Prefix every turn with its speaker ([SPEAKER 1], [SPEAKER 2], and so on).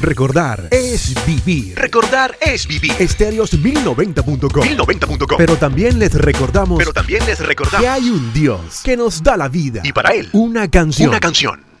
[SPEAKER 1] Recordar es vivir.
[SPEAKER 2] Recordar es vivir.
[SPEAKER 1] Estereos1090.com.
[SPEAKER 2] 1090.com.
[SPEAKER 1] Pero también les recordamos
[SPEAKER 2] Pero también les
[SPEAKER 1] que
[SPEAKER 2] recordamos
[SPEAKER 1] hay un Dios que nos da la vida
[SPEAKER 2] Y para él,
[SPEAKER 1] una canción
[SPEAKER 2] una canción.